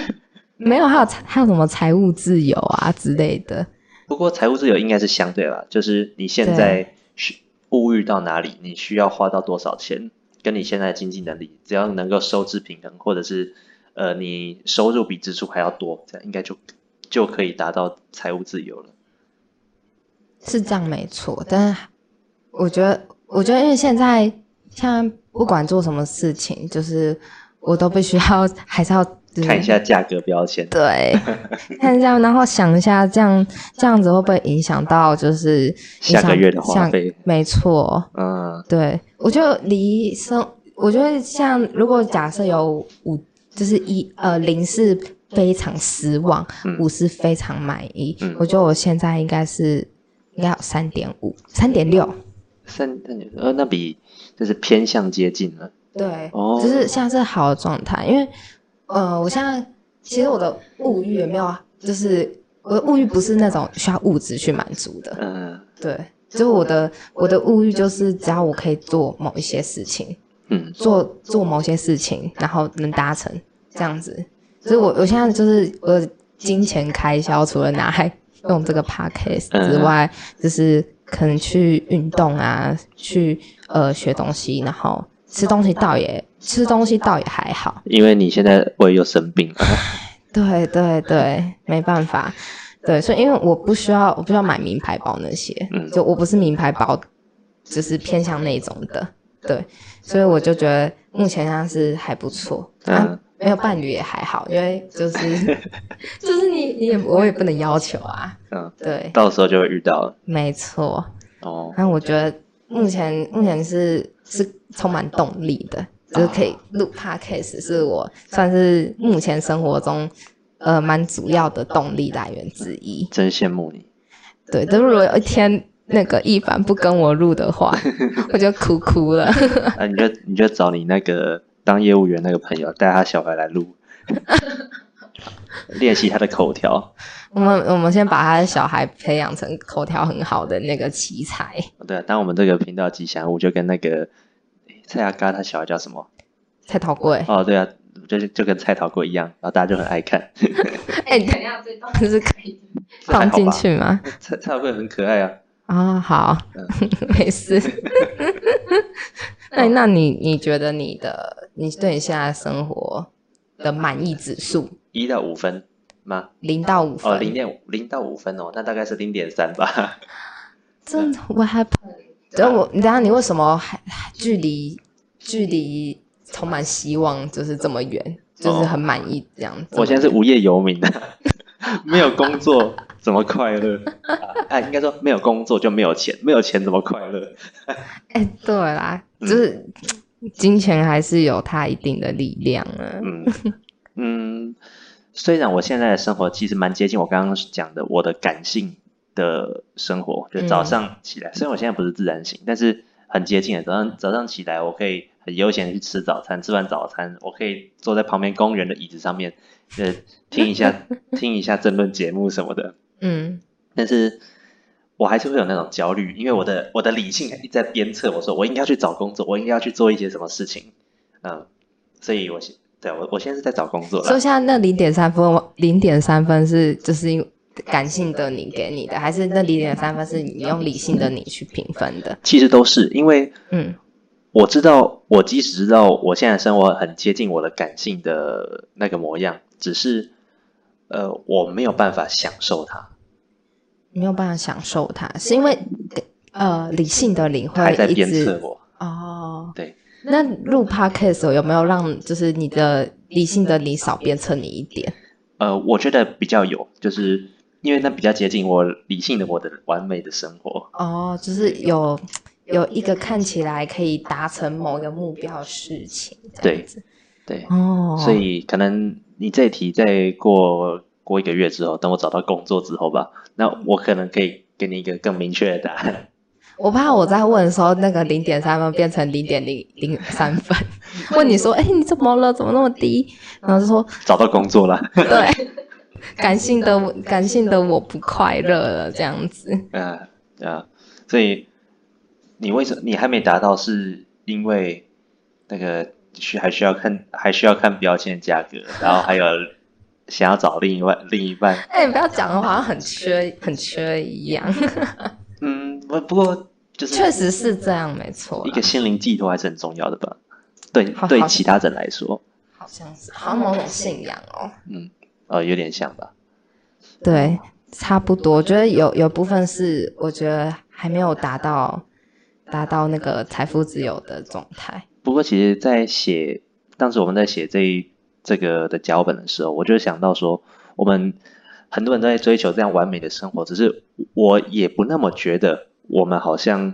[SPEAKER 1] 没有，还有啊财还有什么财务自由啊之类的。
[SPEAKER 2] 不过财务自由应该是相对啦，就是你现在需物欲到哪里，你需要花到多少钱，跟你现在的经济能力，只要能够收支平衡，或者是呃你收入比支出还要多，这样应该就就可以达到财务自由了。
[SPEAKER 1] 是这样没错，但是我觉得，我觉得因为现在现在不管做什么事情，就是我都必须要还是要就是
[SPEAKER 2] 看一下价格标签，
[SPEAKER 1] 对，看一下，然后想一下，这样这样子会不会影响到就是影
[SPEAKER 2] 下个
[SPEAKER 1] 响
[SPEAKER 2] 月的花
[SPEAKER 1] 像
[SPEAKER 2] 费
[SPEAKER 1] 没错，
[SPEAKER 2] 嗯，
[SPEAKER 1] 对我觉得离生，我觉得像如果假设有五，就是一呃零是非常失望，
[SPEAKER 2] 嗯
[SPEAKER 1] 五是非常满意，
[SPEAKER 2] 嗯
[SPEAKER 1] 我觉得我现在应该是应该有三点五、三点六，
[SPEAKER 2] 三呃那比就是偏向接近了，
[SPEAKER 1] 对，
[SPEAKER 2] 哦
[SPEAKER 1] 就是现在是好的状态，因为呃，我现在其实我的物欲也没有，就是我的物欲不是那种需要物质去满足的，
[SPEAKER 2] 嗯
[SPEAKER 1] 对，就我的我的物欲就是只要我可以做某一些事情，
[SPEAKER 2] 嗯
[SPEAKER 1] 做做某些事情，然后能达成这样子，所以我我现在就是我的金钱开销除了拿来用这个嗯 podcast 之外，就是可能去运动啊，去呃学东西，然后吃东西倒也吃东西倒也还好，
[SPEAKER 2] 因为你现在胃又生 病了，
[SPEAKER 1] 对对对，没办法，对，所以因为我不需要我不需要买名牌包那些，
[SPEAKER 2] 嗯
[SPEAKER 1] 就我不是名牌包，就是偏向那种的，对，所以我就觉得目前它是还不错，
[SPEAKER 2] 嗯
[SPEAKER 1] 啊，没有伴侣也还好，因为就是 就是你你也我也不能要求啊，
[SPEAKER 2] 嗯，
[SPEAKER 1] 对，
[SPEAKER 2] 到时候就会遇到了
[SPEAKER 1] 没错，
[SPEAKER 2] 哦，
[SPEAKER 1] 但我觉得目前目前是是充满动力的，就是可以录 podcast 是我算是目前生活中呃蛮主要的动力来源之一。
[SPEAKER 2] 真羡慕 你，
[SPEAKER 1] 对，但如果有一天那个一凡不跟我录的 话，我就哭哭了。
[SPEAKER 2] 啊，你就你就找你那个当业务员那个朋友，带他小孩 来录，练习他的口条。
[SPEAKER 1] 我们我们先把他的小孩培养成口条很好的那个奇才，
[SPEAKER 2] 对啊，当我们这个频道吉祥物就跟那个诶蔡阿嘎他小孩叫什么？
[SPEAKER 1] 蔡桃贵。
[SPEAKER 2] 哦，对啊，就是就跟蔡桃贵一样，然后大家就很爱看。
[SPEAKER 1] 哎、你等一下，这段是可以
[SPEAKER 2] 这还
[SPEAKER 1] 放
[SPEAKER 2] 好
[SPEAKER 1] 进
[SPEAKER 2] 吧？
[SPEAKER 1] 去吗？
[SPEAKER 2] 蔡蔡桃贵很可爱啊。
[SPEAKER 1] 啊、好，
[SPEAKER 2] 嗯
[SPEAKER 1] 没 事。那那你你觉得你的你对你现在生活的满意指数
[SPEAKER 2] 一到五分吗？
[SPEAKER 1] 零到五分？
[SPEAKER 2] 哦，零点零到五分哦，那大概是零点三吧。
[SPEAKER 1] 真的 what happened？等我，
[SPEAKER 2] 啊
[SPEAKER 1] 你等下你为什么还还距离距离充满希望就是这么远，就是很满意这样子？
[SPEAKER 2] 哦我现在是无业游民的， 没有工作怎么快乐？啊啊，应该说没有工作就没有钱，没有钱怎么快乐？
[SPEAKER 1] 哎、对啦，
[SPEAKER 2] 嗯
[SPEAKER 1] 就是金钱还是有它一定的力量啊。
[SPEAKER 2] 嗯嗯，虽然我现在的生活其实蛮接近我刚刚讲的我的感性的生活，就早
[SPEAKER 1] 嗯
[SPEAKER 2] 上起来，虽然我现在不是自然醒，但是很接近的。早上早上起来，我可以很悠闲地去吃早餐，吃完早餐，我可以坐在旁边公园的椅子上面，呃，听一 下听一下争论节目什么的。
[SPEAKER 1] 嗯，
[SPEAKER 2] 但是我还是会有那种焦虑，因为我的我的理性一直在鞭策我说，我应该要去找工作，我应该要去做一些什么事情，嗯，所以我现对我我现在是在找工作
[SPEAKER 1] 所
[SPEAKER 2] 啦
[SPEAKER 1] 以，现在那零点三分，零点三分是就是因为感性的你给你的，还是那零点三分是你用理性的你去评分的？
[SPEAKER 2] 其实都是因为
[SPEAKER 1] 嗯
[SPEAKER 2] 我知道，我即使知道我现在的生活很接近我的感性的那个模样，只是呃我没有办法享受它，
[SPEAKER 1] 没有办法享受它，是因为呃理性的你
[SPEAKER 2] 它还
[SPEAKER 1] 会
[SPEAKER 2] 在
[SPEAKER 1] 一
[SPEAKER 2] 鞭
[SPEAKER 1] 直
[SPEAKER 2] 策我，
[SPEAKER 1] 哦，
[SPEAKER 2] 对。
[SPEAKER 1] 那录 podcast 有没有让就是你的理性的你少鞭策你一点？
[SPEAKER 2] 呃，我觉得比较有，就是因为那比较接近我理性的我的完美的生活，
[SPEAKER 1] 哦，就是有有一个看起来可以达成某个目标的事情，这样子。
[SPEAKER 2] 对，
[SPEAKER 1] 哦，
[SPEAKER 2] 所以可能你这一题再过过一个月之后，等我找到工作之后吧，那我可能可以给你一个更明确的答案。
[SPEAKER 1] 我怕我在问的时候，那个零点三分变成零点零零三分，问你说，哎、你怎么了？怎么那么低？然后就说，
[SPEAKER 2] 找到工 作了，
[SPEAKER 1] 对，感性的我感性的我不快乐了，这样子。
[SPEAKER 2] 啊啊，所以你为什么你还没达到，是因为那个需还需要看还需要看标签价格，然后还有想要找另一半另一半，
[SPEAKER 1] 哎、你不要讲的好像很缺很缺一样。
[SPEAKER 2] 嗯，不不过就是
[SPEAKER 1] 确实是这样，没错
[SPEAKER 2] 一
[SPEAKER 1] 啦。
[SPEAKER 2] 个心灵寄托还是很重要的吧，对
[SPEAKER 1] 好
[SPEAKER 2] 对
[SPEAKER 1] 好
[SPEAKER 2] 其他人来说，
[SPEAKER 1] 好像是好像某种信仰哦。
[SPEAKER 2] 呃，有点像吧。
[SPEAKER 1] 对，差不多。我觉得有有部分是我觉得还没有达到达到那个财富自由的状态。
[SPEAKER 2] 不过其实，在写当时我们在写这一这个的脚本的时候，我就想到说，我们很多人都在追求这样完美的生活，只是我也不那么觉得，我们好像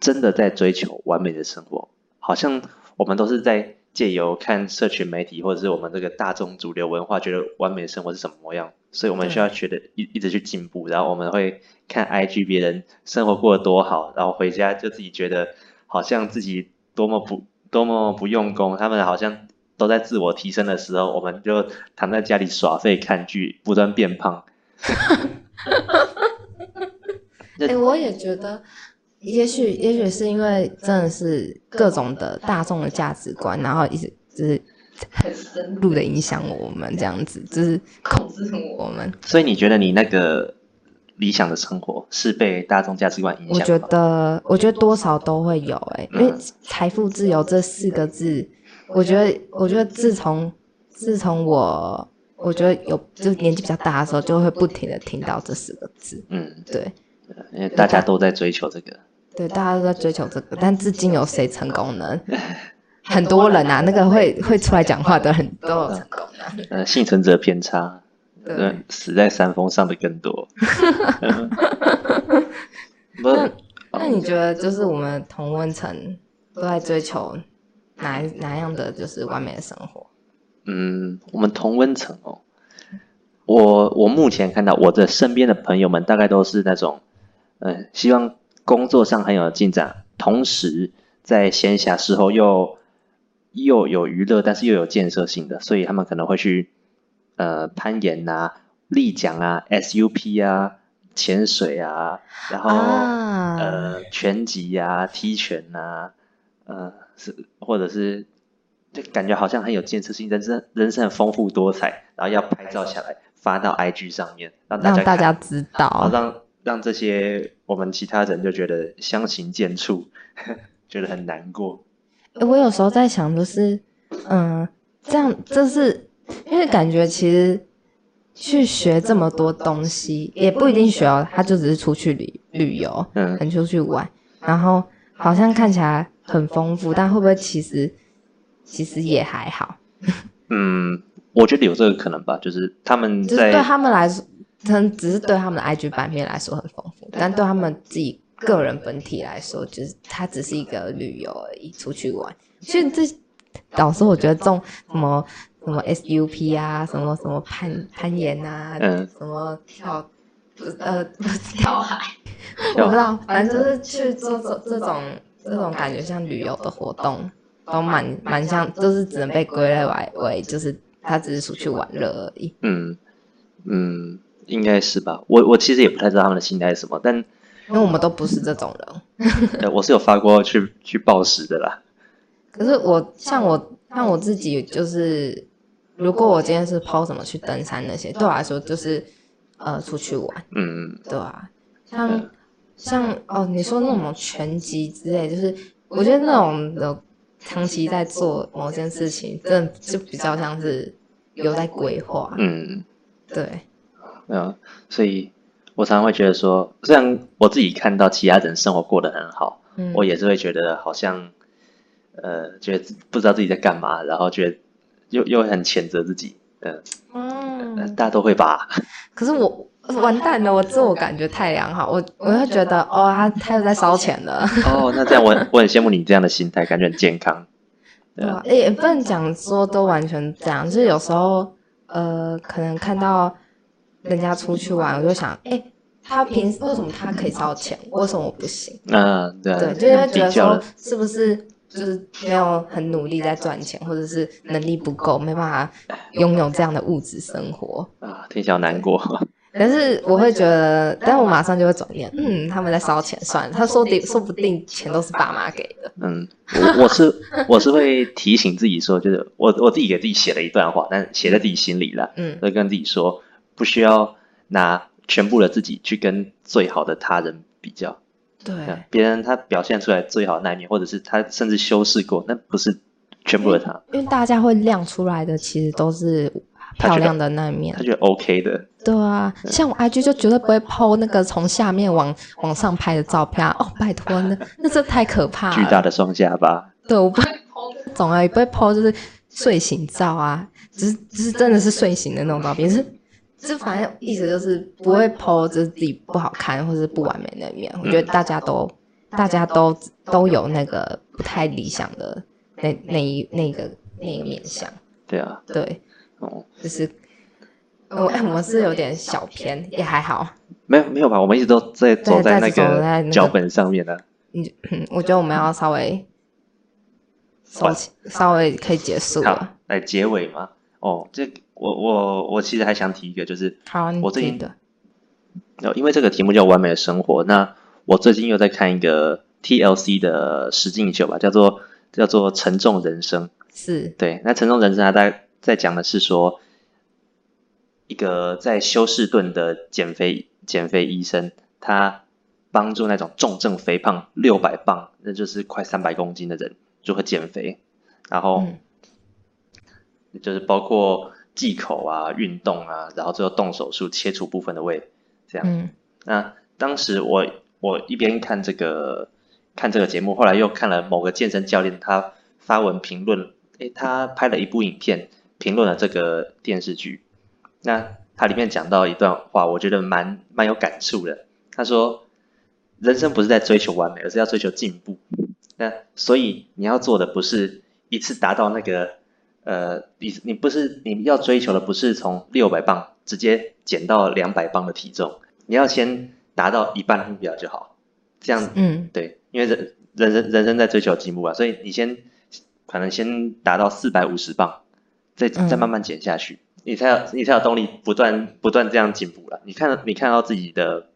[SPEAKER 2] 真的在追求完美的生活，好像我们都是在借由看社群媒体或者是我们这个大众主流文化，觉得完美的生活是什么模样，所以我们需要学的一一直去进步，然后我们会看 IG 别人生活过得多好，然后回家就自己觉得好像自己多么不多么不用功，他们好像都在自我提升的时候，我们就躺在家里耍废看剧，不断变胖。
[SPEAKER 1] 哎、我也觉得，也许也许是因为真的是各种的大众的价值观，然后一直就是很深入的影响我们这样子，就是控制我们。
[SPEAKER 2] 所以你觉得你那个理想的生活是被大众价值观影
[SPEAKER 1] 我
[SPEAKER 2] 响
[SPEAKER 1] 觉
[SPEAKER 2] 的吗？
[SPEAKER 1] 得，我觉得多少都会有哎、因为
[SPEAKER 2] 嗯
[SPEAKER 1] “财富自由”这四个字，我觉得，我觉得自从自从我，我觉得有就是年纪比较大的时候，就会不停的听到这四个字。
[SPEAKER 2] 嗯，
[SPEAKER 1] 对
[SPEAKER 2] 因为大家都在追求这个。
[SPEAKER 1] 对，大家都在追求这个，但至今有谁成功呢？很多人啊，那个会会出来讲话的人都有成功啊。
[SPEAKER 2] 呃，幸存者偏差，
[SPEAKER 1] 对
[SPEAKER 2] 呃，死在山峰上的更多。 不哦是，
[SPEAKER 1] 那你觉得，就是我们同温层都在追求哪一哪样的就是完美的生活？
[SPEAKER 2] 嗯，我们同温层哦，我我目前看到我的身边的朋友们大概都是那种，嗯，希望工作上很有进展，同时在闲暇时候又又有娱乐，但是又有建设性的，所以他们可能会去呃攀岩啊、立桨啊、SUP 啊、潜水啊，然后、
[SPEAKER 1] 啊
[SPEAKER 2] 呃拳击啊、踢拳啊，呃是或者是就感觉好像很有建设性，人生人生很丰富多彩，然后要拍照下来发到 IG 上面，让大
[SPEAKER 1] 让
[SPEAKER 2] 家
[SPEAKER 1] 大家哦
[SPEAKER 2] 看
[SPEAKER 1] 知
[SPEAKER 2] 然后
[SPEAKER 1] 道，
[SPEAKER 2] 让让这些我们其他人就觉得相形见绌， 觉得很难过。
[SPEAKER 1] 欸我有时候在想，就是，嗯，这样，这是因为感觉其实去学这么多东西，也不一定学哦，他就只是出去旅旅游，
[SPEAKER 2] 嗯，
[SPEAKER 1] 很出去玩，然后好像看起来很丰富，但会不会其实其实也还好？
[SPEAKER 2] 嗯，我觉得有这个可能吧，就是他们
[SPEAKER 1] 就是
[SPEAKER 2] 在
[SPEAKER 1] 对他们来说，可能只是对他们的 IG 版面来说很丰富，但对他们自己个人本体来说，就是它只是一个旅游而已，出去玩。所以这老师，我觉得这种什么什么 SUP 啊，什么什么攀攀岩啊，
[SPEAKER 2] 嗯
[SPEAKER 1] 什么跳。不是呃，不是跳海，我
[SPEAKER 2] 跳
[SPEAKER 1] 不知道，反正就是去做这这种这种感觉像旅游的活动，都哦蛮蛮像，就是只能被归类为为就是他只是出去玩乐而已。
[SPEAKER 2] 嗯嗯，应该是吧。我我其实也不太知道他们的心态是什么，但
[SPEAKER 1] 因为我们都不是这种人。
[SPEAKER 2] 呃我是有发过去去报时的啦。
[SPEAKER 1] 可是我像我像我自己，就是如果我今天是抛什么去登山那些，对我来说就是呃出去玩，
[SPEAKER 2] 嗯，
[SPEAKER 1] 对啊，像像哦你说那种拳击之类，就是我觉得那种的长期在做某件事情，真的就比较像是有在规划，
[SPEAKER 2] 嗯。
[SPEAKER 1] 对，
[SPEAKER 2] 嗯，所以我常常会觉得说，虽然我自己看到其他人生活过得很好，
[SPEAKER 1] 嗯，
[SPEAKER 2] 我也是会觉得好像，呃，觉得自不知道自己在干嘛，然后觉得又又很谴责自己。嗯、呃
[SPEAKER 1] 嗯，
[SPEAKER 2] 大家都 会吧？
[SPEAKER 1] 可是我。完蛋了！我自我感觉太良好，我我会觉得哦，他他又在烧钱了。
[SPEAKER 2] 哦，那这样我很我很羡慕你这样的心态，感觉很健康。对
[SPEAKER 1] 对
[SPEAKER 2] 啊
[SPEAKER 1] 啊，也不能讲说都完全这样，就是有时候呃，可能看到人家出去玩，我就想，哎、他平时为什么他可以烧钱，为什么我不行？
[SPEAKER 2] 那、对啊，
[SPEAKER 1] 对，就是会觉得
[SPEAKER 2] 比较
[SPEAKER 1] 说
[SPEAKER 2] 了，
[SPEAKER 1] 是不是就是没有很努力在赚钱，或者是能力不够，没办法拥有这样的物质生活。
[SPEAKER 2] 啊，听起来好难过。
[SPEAKER 1] 但是我会觉得，但我马上就会转念，嗯，他们在烧钱，算了，他说不定说不定钱都是爸妈给的。
[SPEAKER 2] 嗯，我我是我是会提醒自己说，就是我我自己给自己写了一段话，但写在自己心里了。
[SPEAKER 1] 嗯，
[SPEAKER 2] 会跟自己说，不需要拿全部的自己去跟最好的他人比较，对
[SPEAKER 1] 对，
[SPEAKER 2] 别人他表现出来最好的那一面，或者是他甚至修饰过，那不是全部的他，
[SPEAKER 1] 因为大家会亮出来的，其实都是
[SPEAKER 2] 他觉得
[SPEAKER 1] 漂亮的那一面
[SPEAKER 2] 他。觉得 OK 的，
[SPEAKER 1] 对啊，像我 IG 就绝对不会 PO 那个从下面往往上拍的照片啊、哦，拜托，那那这太可怕了。
[SPEAKER 2] 巨大的双下巴，
[SPEAKER 1] 对，我不会 PO 这种啊，也不会 PO 就是睡醒照啊，只是只是真的是睡醒的那种照片，是这反正意思就是不会 PO 就是自己不好看或是不完美那一面。我觉得大家都嗯大家都都有那个不太理想的那那一那个那个面相，
[SPEAKER 2] 对啊，
[SPEAKER 1] 对，
[SPEAKER 2] 哦，
[SPEAKER 1] 就是我哎，我们是有点小偏，也还好。
[SPEAKER 2] 没有没有吧，我们一直都在走在那
[SPEAKER 1] 在走在那
[SPEAKER 2] 个
[SPEAKER 1] 个
[SPEAKER 2] 脚本上面呢、啊
[SPEAKER 1] 嗯，我觉得我们要稍微收起，稍微可以结束
[SPEAKER 2] 好
[SPEAKER 1] 了。，
[SPEAKER 2] 来结尾嘛，哦，这我我我其实还想提一个，就是
[SPEAKER 1] 好，啊你
[SPEAKER 2] 我最
[SPEAKER 1] 觉
[SPEAKER 2] 近
[SPEAKER 1] 得
[SPEAKER 2] 呃，因为这个题目叫《完美的生活》，那我最近又在看一个 TLC 的实境秀吧，叫做叫做《沉重人生》。
[SPEAKER 1] 是
[SPEAKER 2] 对，那《沉重人生》它在在讲的是说，一个在休斯顿的减肥减肥医生，他帮助那种重症肥胖六百磅，那就是快三百公斤的人如何减肥，然后。
[SPEAKER 1] 嗯
[SPEAKER 2] 就是包括忌口啊、运动啊，然后最后动手术切除部分的胃，这样。
[SPEAKER 1] 嗯
[SPEAKER 2] 那当时我我一边看这个看这个节目，后来又看了某个健身教练他发文评论，诶，他拍了一部影片评论了这个电视剧。那他里面讲到一段话，我觉得蛮蛮有感触的。他说，人生不是在追求完美，而是要追求进步。那所以你要做的不是一次达到那个呃，你你不是你要追求的不是从六百磅直接减到两百磅的体重，你要先达到一半目标就好，这样
[SPEAKER 1] 嗯，
[SPEAKER 2] 对，因为人人人人生在追求进步啊，所以你先可能先达到四百五十磅，再
[SPEAKER 1] 嗯
[SPEAKER 2] 再慢慢减下去，你才有你才有动力不断不断这样进步了。你看你看到自己的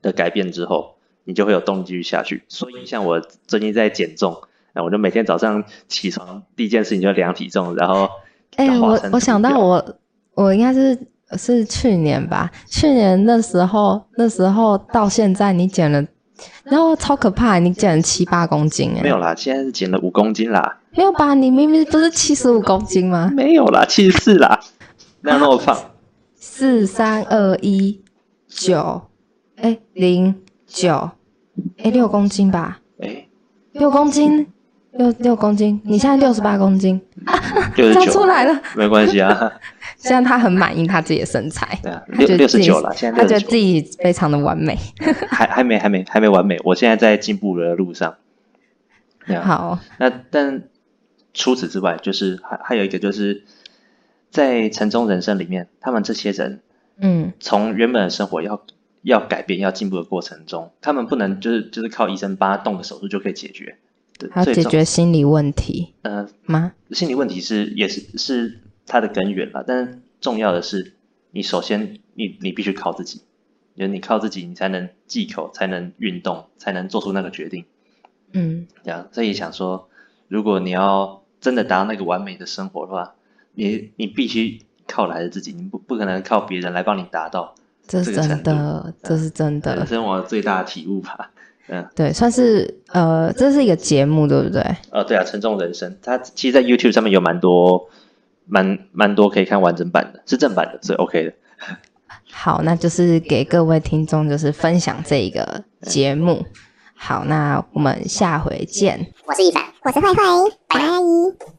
[SPEAKER 2] 的改变之后，你就会有动力继续下去。所以像我最近在减重，啊，我就每天早上起床第一件事情就量体重，然后
[SPEAKER 1] 哎、
[SPEAKER 2] 划
[SPEAKER 1] 我
[SPEAKER 2] 分
[SPEAKER 1] 我
[SPEAKER 2] 指
[SPEAKER 1] 想到
[SPEAKER 2] 标
[SPEAKER 1] 我我应该是是去年吧，去年那时候那时候到现在你减了，然后超可怕，你减了七八公斤哎、
[SPEAKER 2] 没有啦，现在是减了五公斤啦，
[SPEAKER 1] 没有吧？你明明不是七十五公斤吗？
[SPEAKER 2] 没有啦，七十四啦，哪有那 么胖？
[SPEAKER 1] 四三二一九，哎零九，哎六公斤吧，
[SPEAKER 2] 哎，
[SPEAKER 1] 六公斤。六六公斤，你现在六十八公斤，
[SPEAKER 2] 六十
[SPEAKER 1] 这样出
[SPEAKER 2] 九，
[SPEAKER 1] 来了。
[SPEAKER 2] 没关 系啊。
[SPEAKER 1] 现在他很满意他自己的身材，
[SPEAKER 2] 对啊，
[SPEAKER 1] 他
[SPEAKER 2] 六
[SPEAKER 1] 觉
[SPEAKER 2] 六
[SPEAKER 1] 得
[SPEAKER 2] 十
[SPEAKER 1] 自己
[SPEAKER 2] 九了，现在
[SPEAKER 1] 他觉
[SPEAKER 2] 六
[SPEAKER 1] 得
[SPEAKER 2] 十
[SPEAKER 1] 自
[SPEAKER 2] 九，
[SPEAKER 1] 己非常的完美。
[SPEAKER 2] 还还没还没还没完美，我现在在进步的路上。对啊，
[SPEAKER 1] 好，
[SPEAKER 2] 那但除此之外，就是还还有一个就是在《城中人生》里面，他们这些人
[SPEAKER 1] 嗯，
[SPEAKER 2] 从原本的生活要要改变、要进步的过程中，他们不能就是就是靠医生帮他动个手术就可以解决。对
[SPEAKER 1] 还要
[SPEAKER 2] 最
[SPEAKER 1] 解
[SPEAKER 2] 重
[SPEAKER 1] 决心理问题
[SPEAKER 2] 呃
[SPEAKER 1] 吗？
[SPEAKER 2] 心理问题是也是是它的根源啦，但是重要的是，你首先你你必须靠自己，就是你靠自己，你才能忌口，才能运动，才能做出那个决定。
[SPEAKER 1] 嗯，
[SPEAKER 2] 这样，所以想说，如果你要真的达到那个完美的生活的话，你你必须靠的还是自己，你不不可能靠别人来帮你达到。
[SPEAKER 1] 这是
[SPEAKER 2] 这
[SPEAKER 1] 真
[SPEAKER 2] 个程
[SPEAKER 1] 的，这是真
[SPEAKER 2] 人
[SPEAKER 1] 的，
[SPEAKER 2] 生我最大的体悟吧。啊
[SPEAKER 1] 对，算是呃，这是一个节目，对不对？
[SPEAKER 2] 呃，对啊，《沉重人生》它其实，在 YouTube 上面有蛮多蛮蛮多可以看完整版的，是正版的，所以 OK 的。
[SPEAKER 1] 好，那就是给各位听众就是分享这一个节目。好，那我们下回见。
[SPEAKER 3] 我是一凡，我是坏坏，拜。